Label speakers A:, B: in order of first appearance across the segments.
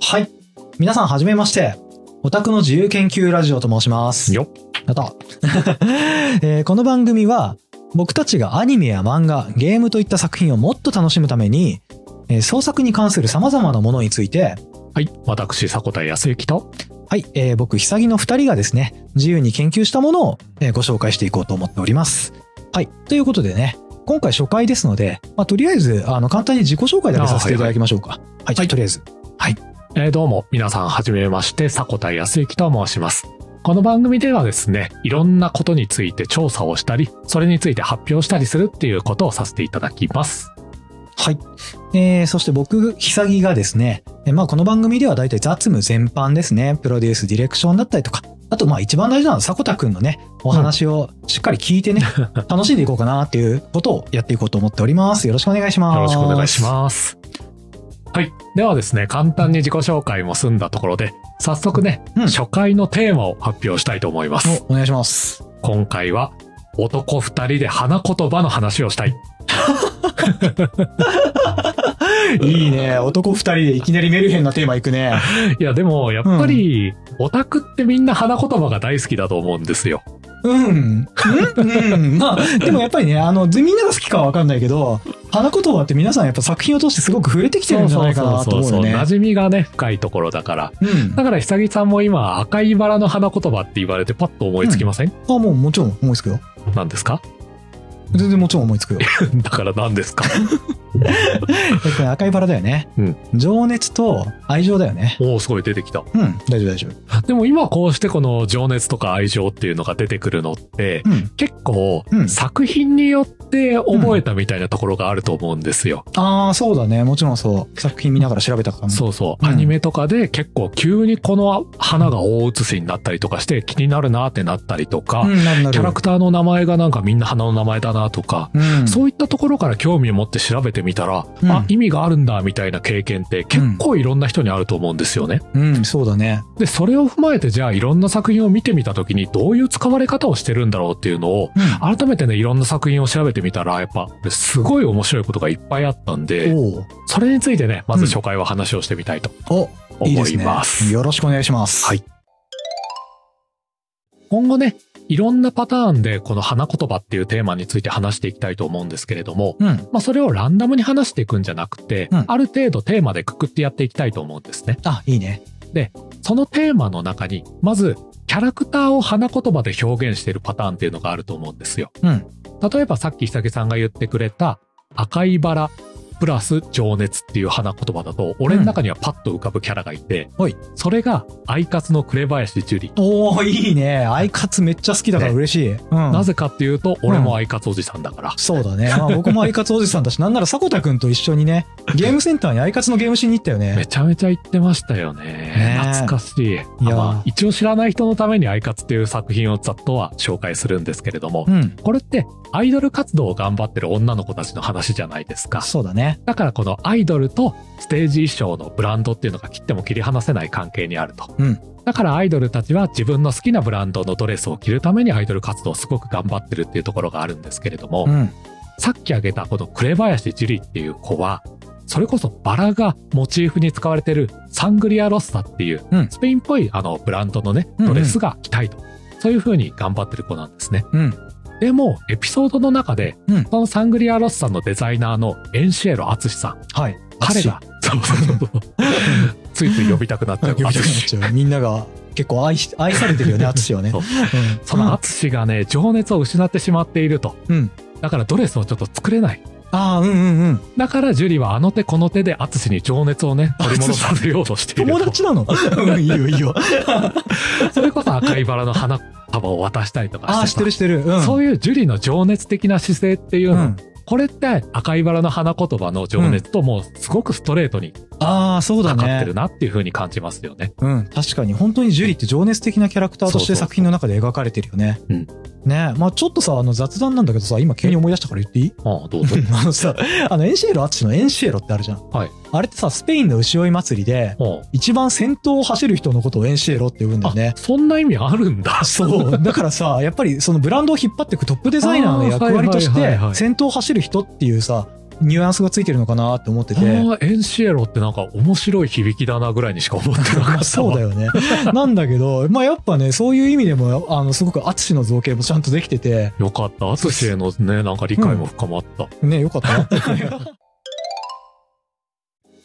A: はい。皆さん、はじめまして。オタクの自由研究ラジオと申します。
B: よ
A: やった。 えーこの番組は、僕たちがアニメや漫画、ゲームといった作品をもっと楽しむために、えー創作に関する様々なものについて、
B: はい。私、迫田康之と。
A: はい、えー、僕、ひさぎの二人がですね、自由に研究したものを、えーご紹介していこうと思っております。はい、ということでね、今回初回ですので、まあ、とりあえず、あの、簡単に自己紹介だけさせていただきましょうか。はい、
B: はい
A: とりあえず。
B: えーどうも、皆さん、はじめまして、迫田康之と申します。この番組ではですね、いろんなことについて調査をしたり、それについて発表したりするっていうことをさせていただきます。
A: はい。えー、そして僕、ひさぎがですね、えーまあ、この番組では大体雑務全般ですね、プロデュース、ディレクションだったりとか、あと、まあ、一番大事なのは、迫田くんのね、お話をしっかり聞いてね、楽しんでいこうかなっていうことをやっていこうと思っております。よろしくお願いします。
B: よろしくお願いします。はい。ではですね、簡単に自己紹介も済んだところで、早速ね、
A: うん
B: 初回のテーマを発表したいと思います。
A: おお願いします。
B: 今回は、男二人で花言葉の話をしたい。
A: いいね。男二人でいきなりメルヘンなテーマ行くね。
B: いや、でも、やっぱり、オタクってみんな花言葉が大好きだと思うんですよ。
A: うん。うん。うん。まあ、でもやっぱりね、あの、みんなが好きかはわかんないけど、花言葉って皆さんやっぱ作品を通してすごく触れてきてるんじゃないかなと思うよね。
B: 馴染みがね、深いところだから。
A: うん。
B: だから、ひさぎさんも今、赤いバラの花言葉って言われて、パッと思いつきません、
A: あ、もうもちろん思いつくよ。
B: なんですか
A: 全然もちろん思いつくよ。
B: だから何で すか
A: やっぱり赤いバラだよね。
B: うん
A: 情熱と愛情だよね。
B: おお、すごい出てきた。
A: うん。大丈夫大丈夫。
B: でも今こうしてこの情熱とか愛情っていうのが出てくるのって、
A: うん。
B: 結構
A: うん
B: 作品によって覚えたみたいなところがあると思うんですよ。
A: ああ、そうだね。もちろんそう。作品見ながら調べたからも。
B: そうそう。
A: うん
B: アニメとかで結構急にこの花が大写しになったりとかして気になるなってなったりとか、
A: うん、なるなる。
B: キャラクターの名前がなんかみんな花の名前だなとか、
A: うん。
B: そういったところから興味を持って調べてみたら、
A: うん
B: あ、意味があるんだみたいな経験って結構いろんな人にあると思うんですよね。
A: うん、そうだね。
B: で、それを踏まえてじゃあいろんな作品を見てみた時にどういう使われ方をしてるんだろうっていうのを、
A: うん。
B: 改めてね、いろんな作品を調べてみたら、やっぱ、すごい面白いことがいっぱいあったんで、
A: おう
B: それについてね、まず初回は話をしてみたいと
A: お、
B: 思
A: いい
B: い
A: で
B: ま
A: す
B: す。
A: ね。よろしくお願いします。
B: はい今後ね、いろんなパターンでこの花言葉っていうテーマについて話していきたいと思うんですけれども、
A: うん。
B: まあそれをランダムに話していくんじゃなくて、
A: うん
B: ある程度テーマでくくってやっていきたいと思うんですね。
A: あ、いいね。
B: そのテーマの中に、まず、キャラクターを花言葉で表現しているパターンっていうのがあると思うんですよ。
A: うん。
B: 例えばさっき久木さんが言ってくれた赤いバラプラス情熱っていう花言葉だと俺の中にはパッと浮かぶキャラがいて、
A: はい
B: それがアイカツの紅林樹里、
A: おー、いいね。アイカツめっちゃ好きだから嬉しい。うん。
B: なぜかっていうと俺もアイカツおじさんだから、
A: そうだね。まあ僕もアイカツおじさんだし、なんなら迫田くんと一緒にね、ゲームセンターにアイカツのゲームしに行ったよ
B: め
A: ね。
B: ちゃめちゃ言ってましたよね
A: ね
B: 懐かしい
A: ー
B: まあ一応知らない人のためにアイカツっていう作品をざっとは紹介するんですけれども、
A: うん。
B: これってアイドル活動を頑張ってる女の子たちの話じゃないですか
A: そうだね。
B: だからこのアイドルとステージ衣装のブランドっていうのが切っても切り離せない関係にあると。
A: うん
B: だからアイドルたちは自分の好きなブランドのドレスを着るためにアイドル活動をすごく頑張ってるっていうところがあるんですけれども、
A: うん。
B: さっき挙げたこの紅林樹里っていう子は、それこそバラがモチーフに使われてるサングリアロッサっていう
A: うん
B: スペインっぽいあのブランドのね、ドレスが着たいと。そういう風に頑張ってる子なんですね。
A: うん。
B: でも、エピソードの中で、
A: うん
B: このサングリアロッサのデザイナーのエンシエロ・アツシさん。
A: はい。
B: 彼が、そうそうそうそう。ついつい呼びたくなっちゃ
A: 私。
B: う
A: 呼。びたくなっちゃうみんなが結構愛し愛されてる よね、淳はね。
B: そう
A: うん
B: その淳がね、情熱を失ってしまっていると。
A: うん。
B: だからドレスをちょっと作れない。
A: ああ、うんうんうん。
B: だからジュリはあの手この手で淳に情熱 をね、取り戻させようとしている
A: 友
B: と。
A: 達な のうん、いいよいいよ。
B: それこそ赤いバラの花束を渡したりとかして
A: あ
B: さ。
A: あ、知ってる知ってる。うん。
B: そうういうジュリの情熱的な姿勢っていう
A: う
B: の、
A: ん。
B: これって赤いバラの花言葉の情熱ともうすごくストレートに
A: ああ、そうだ
B: かかって
A: ね
B: る。なっていうふうに感じますよね。
A: うん、確かに本当にジュリって情熱的なキャラクターとして
B: そうそう
A: 作品の中で描かれてるよね。
B: うん
A: ねまあちょっとさあの雑談なんだけどさ今急に思い出したから言っていい
B: ああ、どうぞ。
A: あのさあのエンシエロアツシのエンシエロってあるじゃん、
B: はい
A: あれってさスペインの牛追い祭りで
B: あ
A: 一番先頭を走る人のことをエンシエロって呼ぶんだ
B: あ
A: よね
B: あそんな意味あるんだ。
A: そうだからさやっぱりそのブランドを引っ張っていくトップデザイナーの役割とし
B: あーはいはい
A: て
B: はいはい
A: 先頭を走る人っていうさニュアンスがついてるのかなって思って
B: あ
A: て。
B: ーエンシエロってなんか面白い響きだなぐらいにしか思ってなかった
A: ま
B: わ
A: あ そうだよね。なんだけど、まあやっぱね、そういう意味でも、あの、すごく淳の造形もちゃんとできてて、
B: よかった。アツシへのね、なんか理解も深まった。
A: ね、よかったな。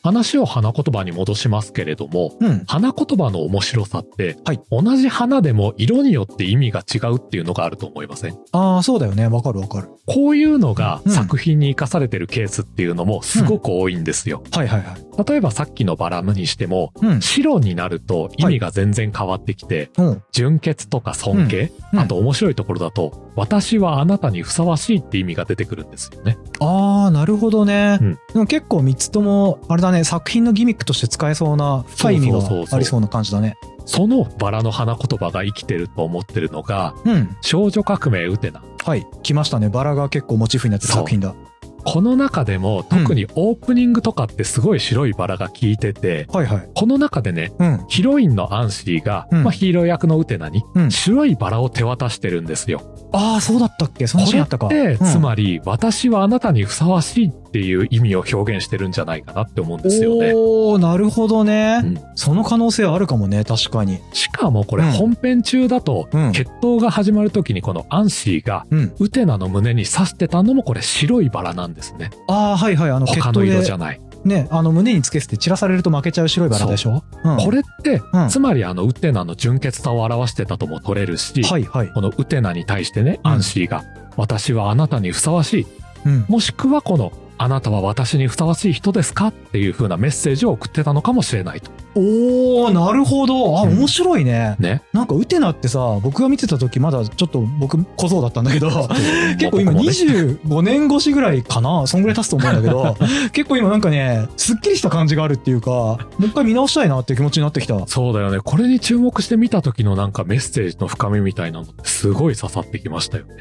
B: 話を花言葉に戻しますけれども、
A: うん。
B: 花言葉の面白さって、
A: はい
B: 同じ花でも色によって意味が違うっていうのがあると思いません
A: ああ、そうだよね。わかるわかる。
B: こういうのが
A: うん
B: 作品に生かされてるケースっていうのもすごく多いんですよ。
A: はいはいはい。
B: 例えばさっきのバラムにしても、
A: うん。
B: 白になると意味が全然変わってきて、
A: うん。
B: 純潔とか尊敬、
A: うんうん
B: あと面白いところだと、私はあなたにふさわしいって意味が出てくるんですよね。
A: ああ、なるほどね。
B: うん
A: でも結構3つとも、あれだね、作品のギミックとして使えそうな、深い意味
B: そうそうそうそ
A: が
B: う
A: ありそうな感じだね。
B: そのバラの花言葉が生きてると思ってるのが、
A: うん。
B: 少女革命ウテナ。
A: はい。来ましたね。バラが結構モチーフになってる作品だ。
B: この中でも特にオープニングとかってすごい白いバラが効いてて、
A: はいはい。
B: この中でね、
A: うん。
B: ヒロインのアンシーが、
A: うん
B: まあ、ヒーロー役のウテナに
A: うん
B: 白いバラを手渡してるんですよ。
A: ああ、そうだったっけそんな
B: こ
A: シー
B: れ
A: ンあったか。
B: って、
A: うん
B: つまり私はあなたにふさわしいっていう意味を表現してるんじゃないかなって思うんですよね。
A: おーなるほどね、
B: うん
A: その可能性はあるかもね確かに
B: しかもこれ
A: うん
B: 本編中だと、
A: うん
B: 決闘が始まる時にこのアンシーが
A: うん
B: ウテナの胸に刺してたのもこれ白いバラなんですね。
A: ああはいはいあの
B: 他の色じゃない。
A: ねあの胸につけてて散らされると負けちゃう白いバラでしょ、うん
B: これって、
A: うん
B: つまりあのウテナの純潔さを表してたとも取れるし、
A: はいはい
B: このウテナに対してね、
A: うん
B: アンシーが、私はあなたにふさわしい。
A: うん
B: もしくはこの、あなたは私にふさわしい人ですかっていう風なメッセージを送ってたのかもしれないと。
A: おーなるほどあ
B: うん
A: 面白いね、
B: ね。
A: なんかウテナってさ僕が見てた時まだちょっと僕小僧だったんだけど 結構今
B: 僕もね
A: 25年越しぐらいかなそんぐらい経つと思うんだけ ど結構今なんかねすっきりした感じがあるっていうかもう一回見直したいなっていう気持ちになってきた
B: そうだよね。これに注目して見た時のなんかメッセージの深みみたいなのってすごい刺さってきましたよね。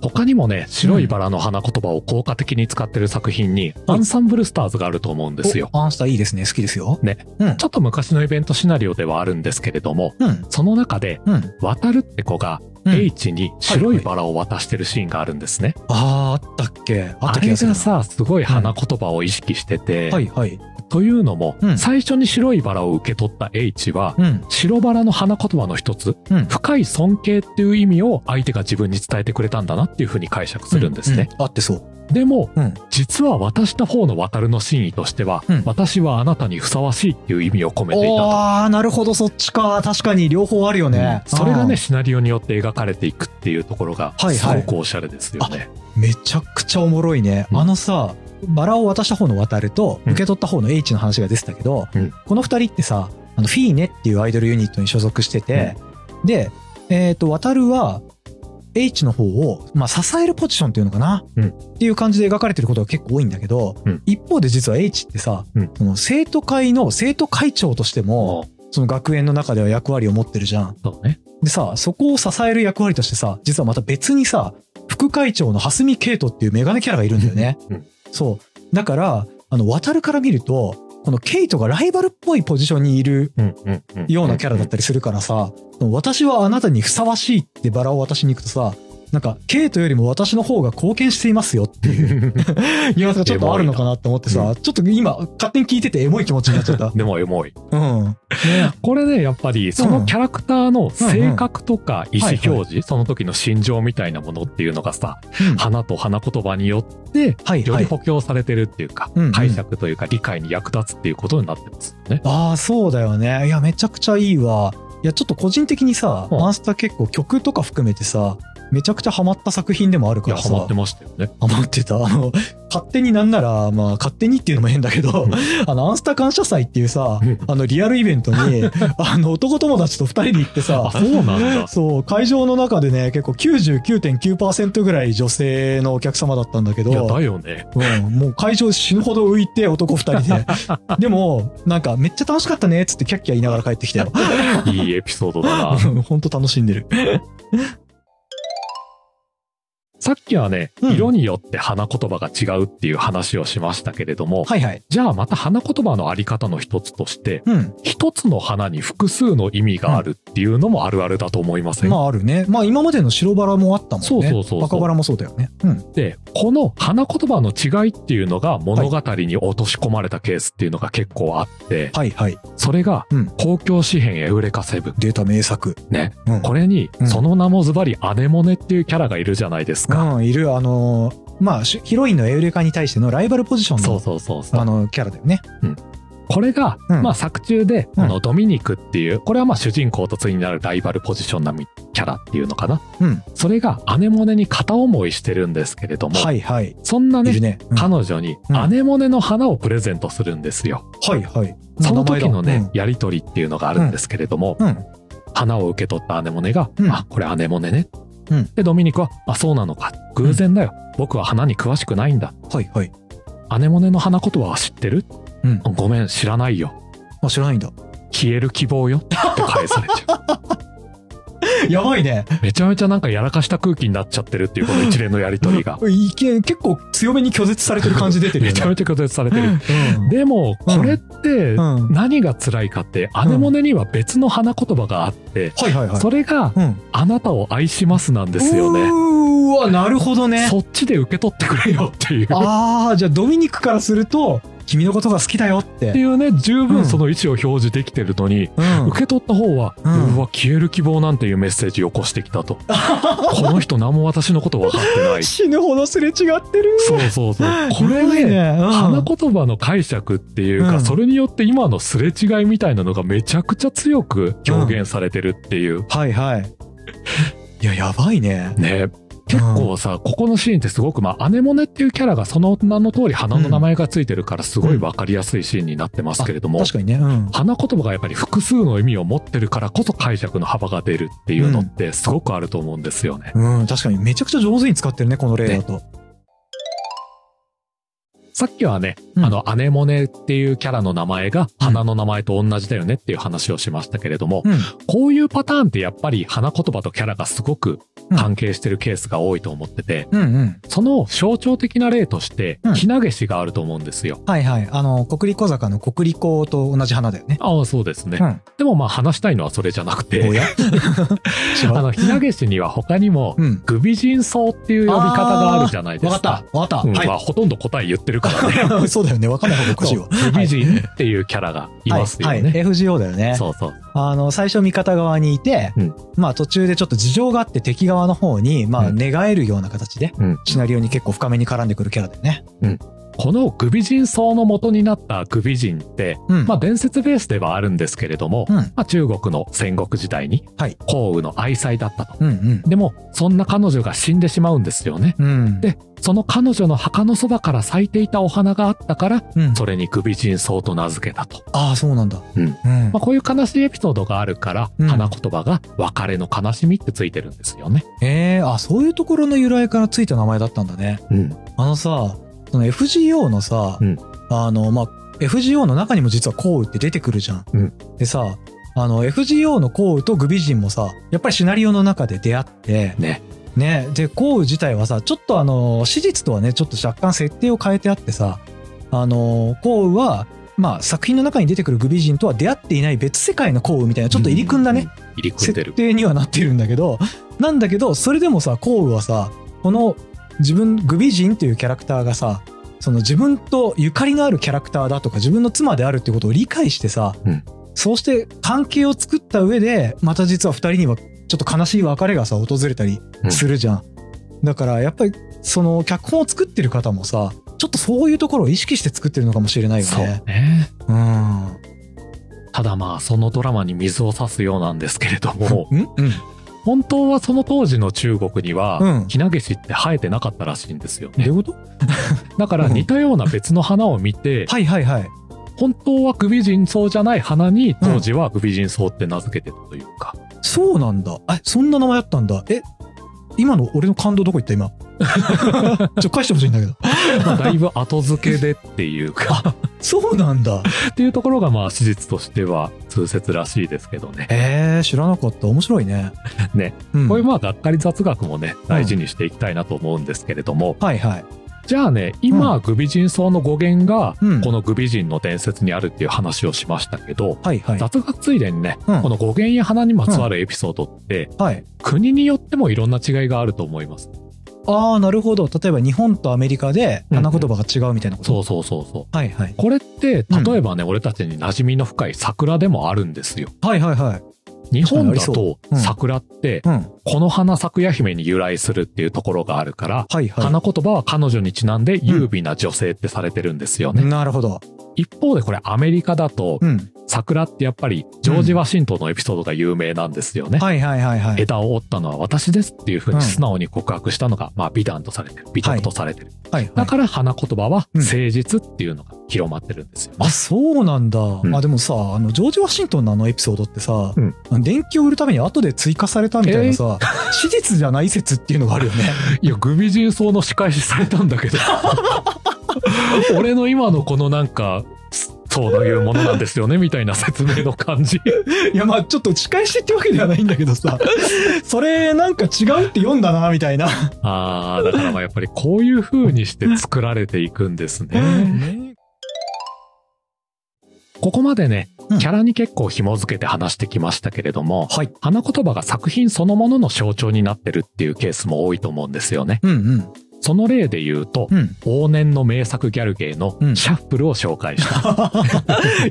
B: 他にもね、白いバラの花言葉を効果的に使ってる作品に、
A: うん
B: アンサンブルスターズがあると思うんですよ。
A: おアンスターいいですね好きですよ
B: ね
A: うん
B: ちょっと昔のイベントシナリオではあるんですけれども、
A: うん
B: その中で、
A: うん
B: 渡るって子が、
A: うん
B: H に白いバラを渡してるシーンがあるんですね。
A: ああ、あったっけあった
B: あ
A: 気
B: れ
A: がするな。
B: がさ、すごい花言葉を意識してて、
A: はいはい。
B: というのも、
A: うん
B: 最初に白いバラを受け取った H は、
A: うん。
B: 白バラの花言葉の一つ、
A: うん
B: 深い尊敬っていう意味を相手が自分に伝えてくれたんだなっていうふうに解釈するんですね。
A: う。うあってそう。
B: でも、
A: うん
B: 実は私の方の渡るの真意としては、
A: うん
B: 私はあなたにふさわしいっていう意味を込めていたと。
A: ああ、なるほど、そっちか。確かに両方あるよね。
B: うんそれがね
A: あ
B: シナリオによって描かれていくっていうところが
A: はいはい
B: すごくおしゃれですよね。
A: ー。めちゃくちゃおもろいね。
B: うん
A: あのさ、バラを渡した方の渡ると、
B: うん
A: 受け取った方の H の話が出てたけど、
B: うん
A: この二人ってさ、あのフィーネっていうアイドルユニットに所属してて、で、えっ、と、渡るは、H の方を、まあ、支えるポジションっていうのかな、
B: うん
A: っていう感じで描かれてることが結構多いんだけど、
B: うん
A: 一方で実は H ってさ、
B: うん
A: その生徒会の生徒会長としても、その学園の中では役割を持ってるじゃん。
B: そうね。
A: でさ、そこを支える役割としてさ、実はまた別にさ、副会長の蓮見慶斗っていうメガネキャラがいるんだよね。
B: うん
A: そう。だから、あの、渡るから見ると、このケイトがライバルっぽいポジションにいる
B: うんうんん。
A: ようなキャラだったりするからさ、私はあなたにふさわしいってバラを渡しに行くとさ、なんか、ケイトよりも私の方が貢献していますよっていうニュアンスがちょっとあるのかなって思ってさ、ちょっと今、勝手に聞いててエモい気持ちになっちゃった
B: でもエモい。
A: うん。ね
B: これね、やっぱり、そのキャラクターの性格とか意思表示、
A: はい
B: その時の心情みたいなものっていうのがさ、
A: うん
B: 花と花言葉によって、
A: はい、
B: よ
A: は
B: り
A: い。
B: 補強されてるっていうか、
A: うんうん
B: 解釈というか理解に役立つっていうことになってますよね。
A: ああ、そうだよね。いや、めちゃくちゃいいわ。いや、ちょっと個人的にさ、
B: うん
A: マンスター結構曲とか含めてさ、めちゃくちゃハマった作品でもある
B: い
A: か
B: や、
A: ら
B: ハ
A: さ。
B: マってましたよね。
A: ハマってた。あの、勝手になんなら、まあ、勝手にっていうのも変だけど、
B: うん
A: あの、アンスタ感謝祭っていうさ
B: うん、
A: あの、リアルイベント に、あの、男友達と二人で行って
B: あ、
A: さ、
B: そうなんだ。
A: そう、会場の中でね、結構99.9%ぐらい女性のお客様だったんだけど、
B: いや、だよね。
A: うん、もう会場死ぬほど浮いて男二 人で。でも、なんかめっちゃ楽しかったねっつってキャッキャ言いながら帰ってきたよ。
B: いいエピソードだな。
A: ほんと楽しんでる。
B: さっきはね、
A: うん
B: 色によって花言葉が違うっていう話をしましたけれども、
A: はいはい。
B: じゃあまた花言葉のあり方の一つとして、
A: うん。
B: 一つの花に複数の意味があるっていうのもあるあるだと思いません、
A: まああるね。まあ今までの白バラもあったもんね。
B: そうそうそうそう
A: 赤バラもそうだよね。うん。
B: で、この花言葉の違いっていうのが物語に落とし込まれたケースっていうのが結構あって、
A: はいはい。
B: それが
A: うん
B: 公共紙幣エウレカセブン。
A: 出た名作。
B: ね。
A: うん。
B: これに
A: う、ん
B: その名もズバリアネモネっていうキャラがいるじゃないですか。
A: うん、いる。あのー、まあ、しヒロインのエウレカに対してのライバルポジション
B: そう
A: の
B: そうそうそう
A: あ。のキャラだよね。
B: これが、
A: うん
B: まあ作中で、
A: うん
B: あのドミニクっていう、これはまあ主人公と対になるライバルポジションなみキャラっていうのかな。
A: うん。
B: それがアネモネに片思いしてるんですけれども、
A: はいはい。
B: そんないね
A: るね。うん
B: 彼女に
A: うん
B: アネモネの花をプレゼントするんですよ。
A: はいはい。
B: その時の
A: 名
B: ね
A: 前、
B: やりとりっていうのがあるんですけれども、
A: だ。うん。うん
B: 花を受け取ったアネモネが、
A: うん
B: あ、これアネモネね。
A: うん
B: で、ドミニクは、あ、そうなのか。偶然だよ。僕は花に詳しくないんだ。
A: はいはい。
B: アネモネの花言葉は知ってる
A: うん。
B: ごめん、知らないよ。
A: あ、知らないんだ。
B: 消える希望よって返されちゃう。
A: やばいね。。
B: めちゃめちゃなんかやらかした空気になっちゃってるっていうこの一連のやりとりが
A: いけ結構強めに拒絶されてる感じ出てるよね
B: めちゃ。めちゃ拒絶されてる。
A: うん
B: でも、これって
A: うんうん
B: 何が辛いかって、アネモネには別の花言葉があって、
A: はいはいはい。
B: それが
A: うん。
B: あなたを愛しますなんですよね。
A: うーわ、なるほどね。
B: そっちで受け取ってくれよっていう。っ
A: ああ、じゃあドミニクからすると、君のことが好きだよって
B: て。いうね、十
A: う
B: 分
A: ん
B: その意思を表示できてるのに、
A: うん
B: 受け取った方は、う
A: うん
B: わ、消える希望なんていうメッセージを起こしてき たと。この人何も私のこと分かってない。
A: 死ぬほどすれ違ってる。
B: そうそうそう。こ
A: やば
B: れ
A: い
B: ね、
A: うん
B: 花言葉の解釈っていう
A: う
B: か、
A: ん
B: それによって今のすれ違いみたいなのがめちゃくちゃ強く表現されてるっていう。
A: はいはい。いや、やばいね。
B: ね結構さ、ここのシーンってすごく、まあ、アネモネっていうキャラがその名の通り花の名前がついてるから、すごいわかりやすいシーンになってますけれども、
A: 確かにね。うん。
B: 花言葉がやっぱり複数の意味を持ってるからこそ解釈の幅が出るっていうのってすごくあると思うんですよね。
A: うん、確かにめちゃくちゃ上手に使ってるね、この例だと。
B: さっきはね、
A: うん
B: あの、アネモネっていうキャラの名前が花の名前と同じだよねっていう話をしましたけれども、
A: うん。
B: こういうパターンってやっぱり花言葉とキャラがすごく関係してるケースが多いと思ってて、
A: うんうん。
B: その象徴的な例として
A: うん、
B: ひなげしがあると思うんですよ。
A: はいはい。あの、国立小坂の国立高と同じ花だよね。
B: ああ、そうですね。
A: うん。
B: でもまあ話したいのはそれじゃなくて、
A: おや違
B: あ
A: う。
B: の、ひなげしには他にも、
A: うん。
B: グビジンソウっていう呼び方があるじゃないで
A: わか
B: す
A: っ
B: か
A: た。。わかった。
B: うんま
A: は
B: あ、ほとんど答え言ってるから ね。
A: い。そうだよね。わかんない方がおかしいわ。
B: そうグビジンっていうキャラがいますよ
A: はいはい
B: ね。
A: FGO だよね。
B: そうそう。
A: あの、最初味方側にいて、
B: うん
A: まあ途中でちょっと事情があって敵側の方に、ま
B: う
A: あ
B: ん
A: 寝返るような形で、
B: うん
A: シナリオに結構深めに絡んでくるキャラだよね。
B: このグビジンソウの元になったグビジンって、
A: うん。
B: まあ、伝説ベースではあるんですけれども、
A: うん
B: まあ、中国の戦国時代に
A: はい
B: 項羽の愛妻だったと。
A: うんうん。
B: でも、そんな彼女が死んでしまうんですよね。
A: うん。
B: で、その彼女の墓のそばから咲いていたお花があったから、
A: うん、
B: それにグビジンソウと名付けたと。
A: ああ、そうなんだ。
B: うん
A: うん
B: まあ、こういう悲しいエピソードがあるから、
A: うん
B: 花言葉が別れの悲しみってついてるんですよね。
A: ええあ、そういうところの由来からついた名前だったんだね。
B: うん。
A: あのさ、その FGO のさ、
B: うん
A: あの、まあ、FGO の中にも実は降雨って出てくるじゃん。
B: うん
A: でさ、あの、FGO の降雨とグビジンもさ、やっぱりシナリオの中で出会って、
B: ね。
A: ね、で、降雨自体はさ、ちょっとあの、史実とはね、ちょっと若干設定を変えてあってさ、あの、降雨は、まあ、作品の中に出てくるグビジンとは出会っていない別世界の降雨みたいな、ちょっと入り組んだね、
B: う。入り組んで
A: 設
B: る。
A: 定にはなってるんだけど、なんだけど、それでもさ、コーウはさ、この自分、グビジンっていうキャラクターがさ、その自分とゆかりのあるキャラクターだとか自分の妻であるってことを理解してさ、
B: うん
A: そうして関係を作った上で、また実は二人にはちょっと悲しい別れがさ、訪れたりするじゃん。だからやっぱり、その脚本を作ってる方もさ、ちょっとそういうところを意識して作ってるのかもしれないよ
B: そう
A: ね。
B: ね。
A: うん。
B: ただまあ、そのドラマに水を差すようなんですけれども、
A: うんうん。
B: 本当はその当時の中国には、
A: うん
B: ひなげしって生えてなかったらしいんですよ
A: どうい
B: ね
A: う。こと
B: だから
A: うん
B: 似たような別の花を見て、
A: はいはいはい。
B: 本当はグビジンソウじゃない花に、当時はグビジンソウって名付けてたというか。
A: そうなんだ。え、そんな名前あったんだ。え、今の俺の感動どこ行った 今。ちょ、返してほしいんだけど。
B: まあだいぶ後付けでっていうか、
A: そうなんだ。
B: っていうところがまあ史実としては通説らしいですけどね。
A: えー、知らなかった。面白いね。
B: ね。
A: うん
B: こういうまあがっかり雑学もね大事にしていきたいなと思うんですけれども、
A: はいはい。
B: じゃあね今グビ人草の語源が
A: うん
B: このグビ人の伝説にあるっていう話をしましたけど、
A: はいはい。
B: 雑学ついでにね、
A: うん
B: この語源や花にまつわるエピソードって、
A: はい。
B: 国によってもいろんな違いがあると思います。
A: ああ、なるほど。例えば日本とアメリカで花言葉が違うみたいなこと。
B: そうそうそうそう。
A: はいはい。
B: これって、例えばね、俺たちに馴染みの深い桜でもあるんですよ。
A: はいはいはい。
B: 日本だ
A: 確かに
B: と
A: ううん
B: 桜って、
A: うん。
B: この花咲くや姫に由来するっていうところがあるから、
A: はいはい。
B: 花言葉は彼女にちなんで優美な女性ってされてるんですよね。
A: なるほど。
B: 一方でこれアメリカだと、
A: うん。
B: 桜ってやっぱりジョージ・ワシントンのエピソードが有名なんですよね。
A: はいはいはいはい。
B: 枝を折ったのは私ですっていうふう
A: うん
B: に素直に告白したのが、まあ美談とされてる美徳とされてる、
A: はいは
B: だ
A: い。
B: から花言葉は
A: うん
B: 誠実っていうのが広まってるんですよ、ね
A: あ、そうなんだ。
B: ん
A: あ、でもさ、あの、ジョージ・ワシントンのあのエピソードってさ、電気を売るために後で追加されたみたいなさ、史実じゃない説っていうのがある よね。
B: いやグビ人層の仕返しされたんだけ ど俺の今のこのなんかそういうものなんですよねみたいな説明の感じ
A: いや、まあちょっと打ち返しってわけではないんだけど さ、それなんか違うって読んだな、みたいな。
B: あーだからまあやっぱりこういうふうにして作られていくんですねここまでね
A: うん
B: キャラに結構紐付けて話してきましたけれども、
A: はい。
B: 花言葉が作品そのものの象徴になってるっていうケースも多いと思うんですよね。
A: うんうん。
B: その例で言うと、
A: うん。
B: 往年の名作ギャルゲーの
A: うん
B: シャッフルを紹介した。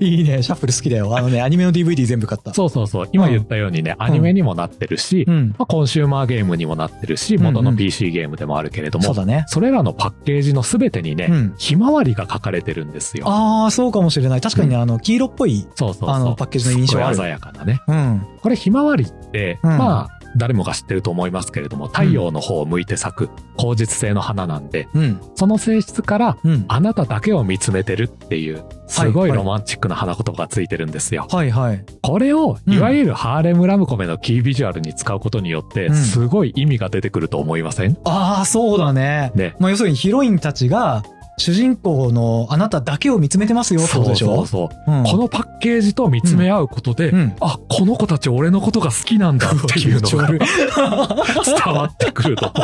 A: いいね、シャッフル好きだよ。あのね、アニメの DVD 全部買った。
B: そうそうそう。今言ったようにね、アニメにもなってるし、
A: うん。
B: まあ、コンシューマーゲームにもなってるし、
A: うんうん
B: 元の PC ゲームでもあるけれども、
A: そうだね。
B: それらのパッケージの全てにね、
A: うん
B: ひまわりが書かれてるんですよ。
A: ああ、そうかもしれない。確かにね、あの、黄色っぽい。
B: そうそうそう。
A: あのパッケージの印象ある
B: すごい鮮やかなね。
A: うん。
B: これひまわりって、
A: うん
B: まあ、誰もが知ってると思いますけれども、太陽の方を向いて咲く、口実性の花なんで、
A: うん。
B: その性質から、
A: うん。
B: あなただけを見つめてるっていう、すごいロマンチックな花言葉がついてるんですよ。
A: はいはい。
B: これを、
A: うん
B: いわゆるハーレムラムコメのキービジュアルに使うことによっ
A: う
B: て、
A: ん
B: すごい意味が出てくると思いません、
A: ああ、そうだね。
B: ね。
A: まあ、要するにヒロインたちが、主人公のあなただけを見つめてますよってこ
B: そ
A: と
B: う
A: でし
B: そ
A: ょ
B: うそう。
A: うん
B: このパッケージと見つめ合うことで、
A: うん。
B: あ、この子たち俺のことが好きなんだっていう のが
A: 気持
B: 伝わってくると。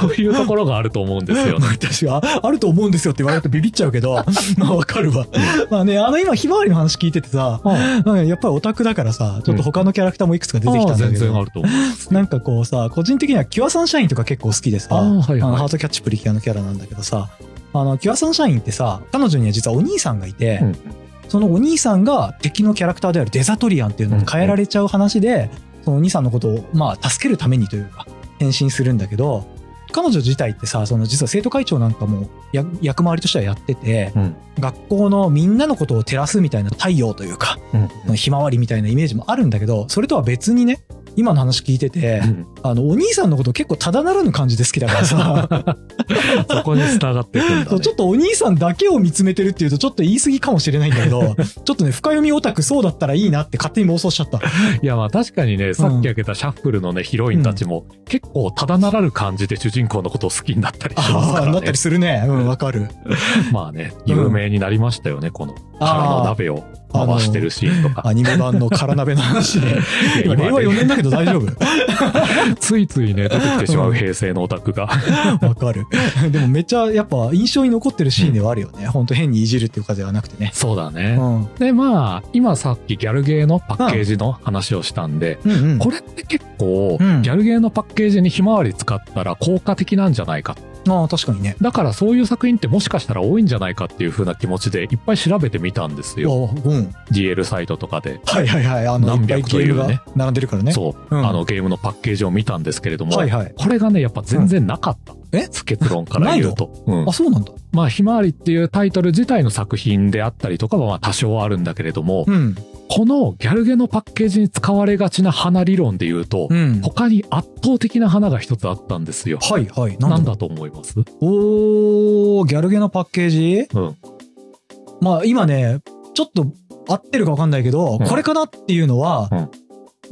B: そういうところがあると思うんです よね。
A: 私はあると思うんですよって言われるとビビっちゃうけど、 まあわかるわ。まあね、あの今ひまわりの話聞いててさ、うんやっぱりオタクだからさ、ちょっと他のキャラクターもいくつか出てきたんだ
B: 全
A: け
B: 然あ
A: ど、
B: ると思う。
A: なんかこうさ、個人的にはキュアサンシャインとか結構好きでさ、
B: あーはいはい
A: あのハートキャッチプリキュアのキャラなんだけどさ、あの、キュアサンシャインってさ、彼女には実はお兄さんがいて、
B: うん
A: そのお兄さんが敵のキャラクターであるデザトリアンっていうのに変えられちゃう話で、そのお兄さんのことを、まあ、助けるためにというか、変身するんだけど、彼女自体ってさ、その実は生徒会長なんかもや役回りとしてはやってて、
B: うん
A: 学校のみんなのことを照らすみたいな太陽というか、
B: うん
A: ひまわりみたいなイメージもあるんだけど、それとは別にね、今の話聞いてて、 あの、お兄さんのこと結構ただならぬ感じで好きだからさ、
B: そこに繋がってくるんだ、
A: そう
B: ね
A: ち。ょっとお兄さんだけを見つめてるっていうとちょっと言い過ぎかもしれないんだけど、 ちょっとね、深読みオタクそうだったらいいなって勝手に妄想しちゃった。
B: いやまあ確かにね、さっき挙げたシャッフルのね、ヒロインたちも結構ただならぬ感じで主人公のことを好きになったりしま す
A: あ
B: か
A: あ、な
B: ら
A: った
B: ね
A: り。するね。 うん、わかる。
B: まあね、
A: うん
B: 有名になりましたよね、この
A: あー
B: 殻の鍋を回してるシーンとか。
A: アニメ版の空鍋の話ね。
B: い や
A: 今、令和
B: 今
A: 4
B: ね
A: 年だけど大丈夫
B: ついついね、出てきてしまう平成のオタクが。
A: わかる。でもめっちゃやっぱ印象に残ってるシーンではあるよね。ほんと変にいじるっていうかではなくてね。
B: そうだ
A: う
B: ね。
A: ん。うん
B: でまあ、今さっきギャルゲーのパッケージの話をしたんで、
A: うん。
B: これって結構、ギ
A: うん
B: ャルゲーのパッケージにひまわり使ったら効果的なんじゃないか。
A: ああ、確かにね。
B: だからそういう作品ってもしかしたら多いんじゃないかっていう風な気持ちでいっぱい調べてみたんです
A: あ
B: よ。
A: うん。
B: DL サイトとかで。
A: はいはいはい。あの、い
B: 何
A: っぱい
B: 百
A: ゲ
B: とい
A: ーム
B: うね
A: が並んでるからね。
B: そう、
A: うん
B: あのゲームのパッケージを見たんですけれども、
A: はいはい。
B: これがねやっぱ全然なかった、
A: んえ
B: 結論から言うと、うん
A: あ、そうなんだ。
B: まあ「ひまわり」っていうタイトル自体の作品であったりとかはまあ多少はあるんだけれども、
A: うん。
B: このギャルゲのパッケージに使われがちな花理論で言うと、
A: うん。
B: 他に圧倒的な花が一つあったんですよ。
A: はいはい。なんだろ
B: な
A: うん
B: だと思います
A: おー、ギャルゲのパッケージ
B: うん
A: まあ今ね、ちょっと合ってるか分かんないけど、
B: うん
A: これかなっていうのは、
B: うん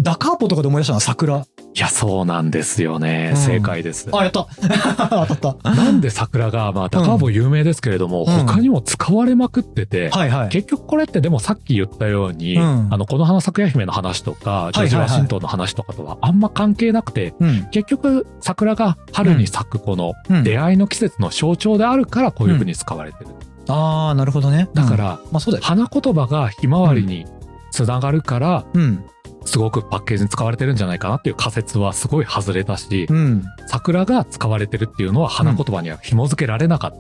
A: ダカーポとかで思い出したのは桜。
B: いや、そうなんですよね。
A: うん
B: 正解です。
A: あ、やった 当たっ
B: なんで桜が、まあ、高坊有名ですけれど
A: うん
B: も、他にも使われまくってて、
A: た。はいはい。
B: 結局これってでもさっき言ったように、
A: うん
B: あの、この花咲夜姫の話とか、ジョージ・ワシントンの話とかとはあんま関係なくて、
A: うん。
B: 結局桜が春に咲くこの
A: うん、
B: 出会いの季節の象徴であるからこういう風に使われてる。
A: ああ、なるほどね。
B: だか
A: うん、
B: ら、
A: まあそうだよ。
B: 花言葉がひまわりにつながるから、
A: うん。
B: すごくパッケージに使われてるんじゃないかなっていう仮説はすごい外れたし、
A: うん。
B: 桜が使われてるっていうのは花言葉には紐付けられなかっ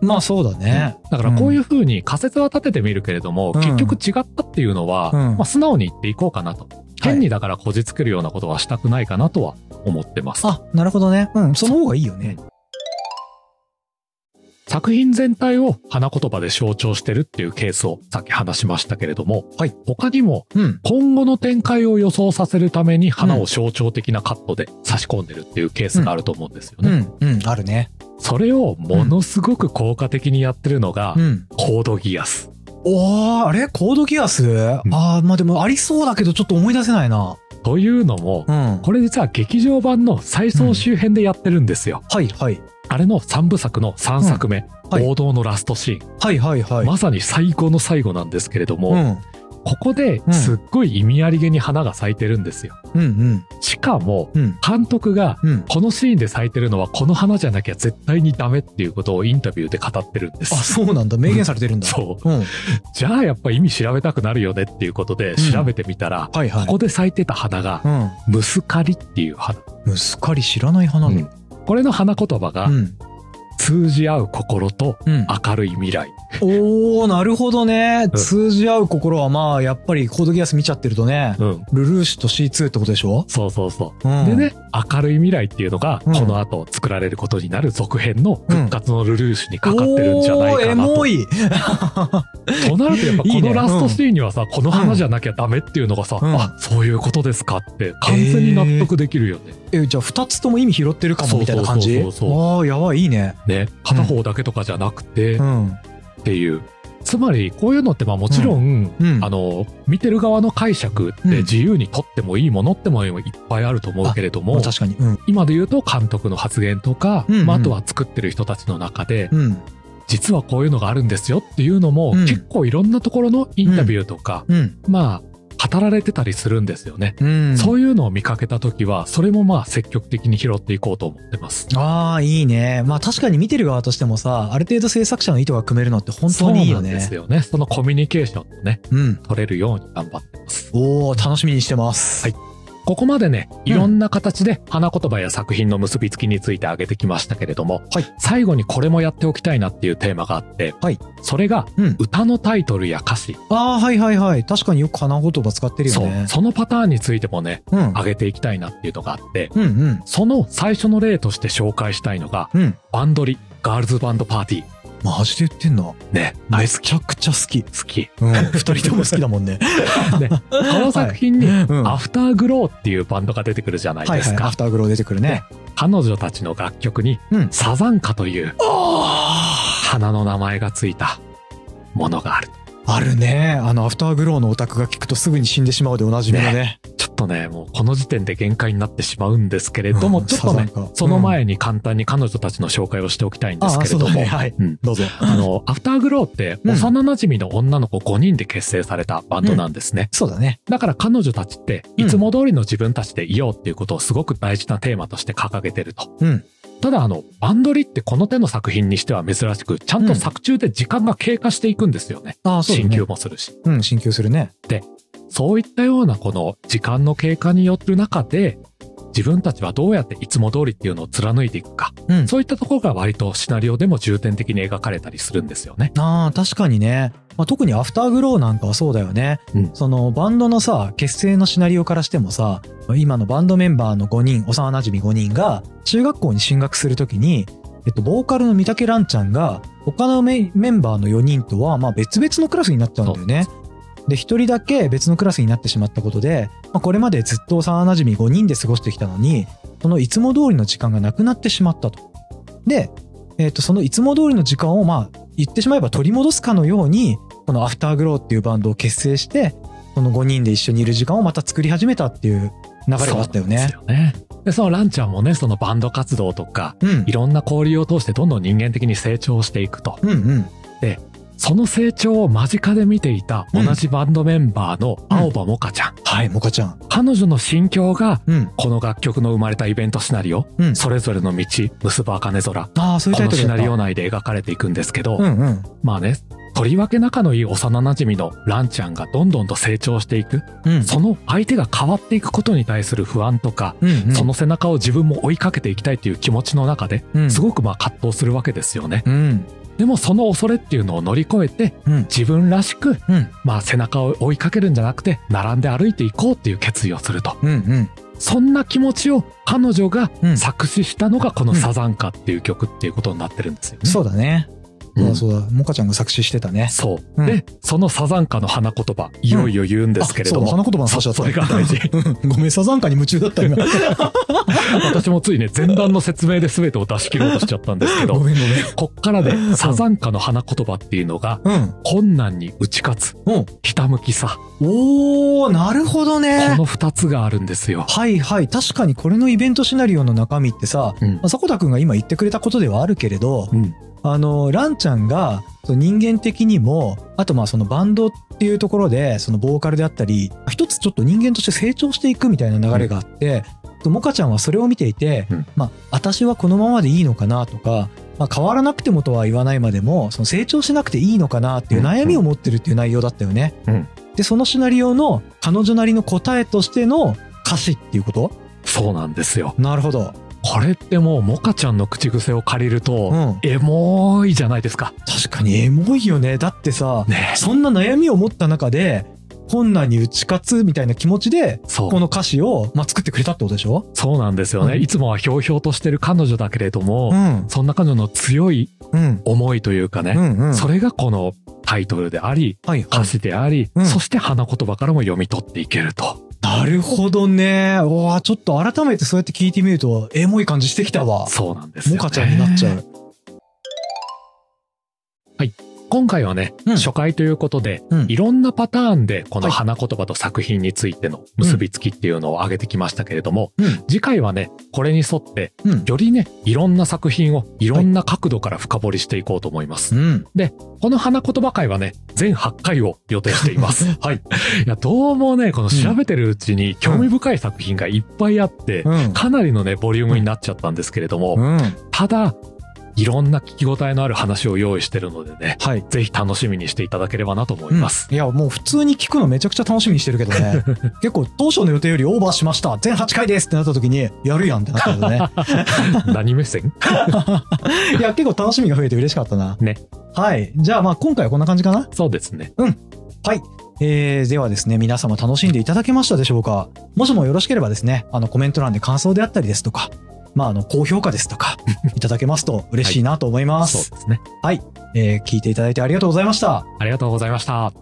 B: た。
A: まあそうだね。
B: だからこういう風に仮説は立ててみるけれども、
A: うん
B: 結局違ったっていうのは、
A: うん
B: まあ、素直に言っていこうかなと。変にだからこじつけるようなことはしたくないかなとは思ってます。
A: あ、なるほどね。うん。その方がいいよね。
B: 作品全体を花言葉で象徴してるっていうケースをさっき話しましたけれども、
A: はい
B: 他にも
A: うん。
B: 今後の展開を予想させるために花を象徴的なカットで差し込んでるっていうケースがあると思うんですよ
A: う
B: ね。
A: ん。うん。あるね。
B: それをものすごく効果的にやってるのが、
A: うん。
B: コードギアス。
A: おー、あれコードギアス、ああ、まあでもありそうだけどちょっと思い出せないな。
B: というのも、
A: うん。
B: これ実は劇場版の最総集編でやってるんですよ。
A: はいはい。
B: あれの3部作の3作目、
A: はい
B: 王道のラストシーン、
A: はいはいはい。
B: まさに最後の最後なんですけれども、
A: うん。
B: ここで
A: うん
B: すっごい意味ありげに花が咲いてるんですよ。
A: うんうん。
B: しかも、
A: うん。
B: 監督が、
A: うん。
B: このシーンで咲いてるのはこの花じゃなきゃ絶対にダメっていうことをインタビューで語ってるんで
A: あ、
B: す。
A: そうなんだ。明言されてるんだ。
B: そう。
A: うん。
B: じゃあやっぱ意味調べたくなるよねっていうことで調べてみたら、
A: はいは
B: こ
A: い。
B: こで咲いてた花が、
A: うん。
B: ムスカリっていう花。
A: ムスカリ知らない花だ。
B: これの花言葉が
A: う、ん。
B: 通じ合う心と
A: うん。
B: 明るい未来。
A: おー、なるほどね。
B: うん
A: 通じ合う心はまあ、やっぱりコードギアス見ちゃってるとね、
B: うん。
A: ルルーシュと C2 ってことでしょ
B: そうそうそう。
A: うん。
B: で。ね、明るい未来っていうのが、
A: うん
B: この後作られることになる続編の復活のルルーシュにかかってるんじゃないかな
A: おーエ
B: と。
A: モい。
B: となるとやっぱ
A: い
B: こ
A: いね
B: のラストシーンにはさ、この花じゃなきゃダメっていうのがさ、
A: うん
B: あ、そういうことですかって完全に納得できるよね。
A: え、じゃあ二つとも意味拾ってるかもみたいな感じ
B: そうそうそうそう
A: ああ、やばい、いいね。
B: ね、片方だけとかじゃなくて
A: う
B: っ
A: ん。
B: ていう。つまりこういうのってまあもちろん、
A: うん。
B: あの、見てる側の解釈って
A: うん
B: 自由に取ってもいいものってもいっぱいあると思うけれど
A: ま
B: も
A: あ、確かに。うん。
B: 今で言うと監督の発言とか、
A: うんうん
B: まあ、あとは作ってる人たちの中で、
A: うん。
B: 実はこういうのがあるんですよっていうのも、
A: うん
B: 結構いろんなところのインタビューとか、
A: うん。
B: まあ語られてたりするんですよね。
A: うん。
B: そういうのを見かけた時はそれもまあ積極的に拾っていこうと思ってます。
A: ああ、いいね。まあ確かに見てる側としてもさ、ある程度制作者の意図が組めるのって本当にいいよ
B: そうなんです
A: ね。
B: よね。そのコミュニケーションをね、
A: うん。
B: 取れるように頑張ってます。
A: おー、楽しみにしてます。
B: はいここまでね、いろんな形で花言葉や作品の結びつきについて挙げてきましたけれども、
A: はい
B: 最後にこれもやっておきたいなっていうテーマがあって、
A: はい
B: それが
A: うん。
B: 歌のタイトルや歌詞、
A: ああ、はいはいはい。確かによく花言葉使ってるよ
B: そう
A: ね。
B: そのパターンについてもね
A: う。うん。
B: 上げていきたいなっていうのがあって
A: うんうん。
B: その最初の例として紹介したいのが
A: うん。
B: バンドリガールズバンドパーティー
A: マジで言ってんの
B: ね
A: め
B: 大好
A: ちゃくちゃ好き。
B: き 好
A: うん。二人とも好きだもんね。
B: き、ね、 この作品に、
A: うん。
B: アフターグローっていうバンドが出てくるじゃない
A: はい
B: です
A: はい。
B: か、
A: アフターグロー出てくるね。
B: 彼女たちの楽曲に
A: うん。
B: サザンカという
A: あ
B: 花の名前がついたものがある
A: ああるね。あの、アフターグローのオタクが聞くとすぐに死んでしまうでおなじみのね。
B: ちょっとねもうこの時点で限界になってしまうんですけれども、
A: うん
B: ちょっとね
A: サザンカ
B: その前に簡単に彼女たちの紹介をしておきたいんです
A: あ
B: け
A: あ、
B: れ
A: そう
B: ど
A: だ
B: も、
A: ね。はい。
B: うん
A: どうぞ。
B: あの、アフターグローって
A: うん
B: 幼馴染の女の子5人で結成されたバンドなんですね。
A: そうだね。
B: だから彼女たちって
A: う
B: い
A: ん
B: つも通りの自分たちでいようっていうことをすごく大事なテーマとして掲げてると。
A: うん。
B: ただあの、バンドリってこの手の作品にしては珍しく、ちゃんと作中で時間が経過していくんですよね。
A: ああ、そうだ
B: 進
A: ね
B: 級。もするし。
A: うん、進級するね。
B: そういったようなこの時間の経過による中で、自分たちはどうやっていつも通りっていうのを貫いていくか。
A: うん。
B: そういったところが割とシナリオでも重点的に描かれたりするんですよね。
A: ああ、確かにね。まあ、特にアフターグローなんかはそうだよね。
B: うん
A: そのバンドのさ、結成のシナリオからしてもさ、今のバンドメンバーの5人、幼馴染5人が中学校に進学するときに、えっと、ボーカルの三宅蘭ちゃんが、他のメメンバーの4人とは、まあ別々のクラスになっちゃうんだよね。で、1人だけ別のクラスになってしまったことで、まあ、これまでずっと幼馴染5人で過ごしてきたのに、そのいつも通りの時間がなくなってしまったと。で、えっと、そのいつも通りの時間を、まあ、言ってしまえば取り戻すかのように、このアフターグローっていうバンドを結成して、この5人で一緒にいる時間をまた作り始めたっていう、流れがあったよね。
B: そうなんですよね。で、そのランちゃんもね、そのバンド活動とか、
A: うん
B: い。ろんな交流を通してどんどん人間的に成長していくと。
A: うんうん。
B: その成長を間近で見ていた同じバンドメンバーの青葉もかちゃん。
A: はい、モカちゃん。
B: 彼女の心境が、
A: うん。
B: この楽曲の生まれたイベントシナリオ、
A: うん。
B: それぞれの道、結ば茜空、
A: ああ、そういう
B: こ
A: タイ
B: の
A: トル
B: シ
A: だ
B: ナ
A: っ
B: リ
A: た
B: オ。内で描かれていくんですけど、
A: うんうん。
B: まあね、とりわけ仲のいい幼馴染のランちゃんがどんどんと成長していく、
A: うん。
B: その相手が変わっていくことに対する不安とか、
A: うんうん
B: その背中を自分も追いかけていきたいという気持ちの中で、
A: うん
B: すごくまあ葛藤するわけですよね。
A: うん。
B: でもその恐れっていうのを乗り越えて、
A: うん。
B: 自分らしく、
A: うん。
B: まあ背中を追いかけるんじゃなくて、並んで歩いていこうっていう決意をすると。
A: うんうん。
B: そんな気持ちを彼女が
A: うん
B: 作詞したのがこのサザンカっていう曲っていうことになってるんですよね。
A: そうだね。
B: うん
A: そうだそうだ。モカちゃんが作詞してたね。
B: そう。
A: うん
B: で、そのサザンカの花言葉、いよいよ言うんですけれど
A: あ
B: も、
A: そうだ花言葉の話だった。
B: そそれが大事
A: うんごめん、サザンカに夢中だった今。
B: 私もついね、前段の説明で全てを出し切ろうとしちゃったんですけ
A: ご
B: ど、
A: めんご
B: こっからでサザンカの花言葉っていうのが、
A: めん。うん。
B: 困難に打ち勝つ、
A: うん。
B: ひたむきさ、
A: おー、なるほど
B: こ
A: ね。
B: の二つがあるんですよ。
A: はいはい。確かにこれのイベントシナリオの中身ってさ、
B: うん
A: まあ、迫田くんが今言ってくれたことではあるけれど、
B: うん。
A: あの、ランちゃんが、その人間的にも、あとまあそのバンドっていうところで、そのボーカルであったり、一つちょっと人間として成長していくみたいな流れがあって、モカちゃんはそれを見ていて、
B: うん
A: まあ、私はこのままでいいのかなとか、まあ、変わらなくてもとは言わないまでも、その成長しなくていいのかなっていう悩みを持ってるっていう内容だったよね。
B: うん
A: で、そのシナリオの彼女なりの答えとしての歌詞っていうこと
B: そうなんですよ。
A: なるほど。
B: これってもう、モカちゃんの口癖を借りると、
A: うん。
B: エモいじゃないですか。
A: 確かにエモいよね。だってさ、
B: ね。
A: そんな悩みを持った中で、困難に打ち勝つみたいな気持ちで、
B: そう
A: こ。の歌詞を、まあ、作ってくれたってことでしょ
B: そうなんですよね。
A: うん
B: いつもはひょうひょうとしてる彼女だけれども、
A: ん。
B: そんな彼女の強い
A: うん。
B: 思いというかね、
A: んう
B: それがこのタイトルであり、
A: はいは
B: 歌
A: い。
B: 詞であり、
A: うん
B: そして花言葉からも読み取っていけると。
A: なるほどね。うわちょっと改めてそうやって聞いてみると、エモい感じしてきたわ。
B: そうなんですよ、
A: モ
B: ね。
A: カちゃんになっちゃう。
B: 今回はね、
A: うん
B: 初回ということで、
A: うん
B: いろんなパターンでこの
A: はい
B: 花言葉と作品についての結びつきっていうのを挙げてきましたけれども、
A: うん
B: 次回はね、これに沿って、
A: うん。
B: よりね、いろんな作品をいろんな角度から深掘りしていこうと思います。
A: うん。
B: この花言葉会はね、全8回を予定していま す。
A: はい。
B: いや、どうもね、この調べてるうちに興味深い作品がいっぱいあって、
A: うん。
B: かなりのね、ボリュームになっちゃったんですけれども、
A: うん。
B: ただ、いろんな聞き応えのある話を用意してるのでね、
A: はい。
B: ぜひ楽しみにしていただければなと思います。
A: いや、もう普通に聞くのめちゃくちゃ楽しみにしてるけどね。結構当初の予定よりオーバーしました。全8回ですってなった時に、やるやんってなったけどね。
B: 何目線
A: いや、結構楽しみが増えて嬉しかったな。
B: ね。
A: はい。じゃあまあ今回はこんな感じかな。
B: そうですね。
A: はい。えー、ではですね、皆様楽しんでいただけましたでしょうかもしもよろしければですね、あの、コメント欄で感想であったりですとか、まあ、あの、高評価ですと か、いただけますと嬉しいなと思いま
B: そう
A: す。
B: ですね。
A: えー聞いていただいてありがとうございました。
B: ありがとうございました。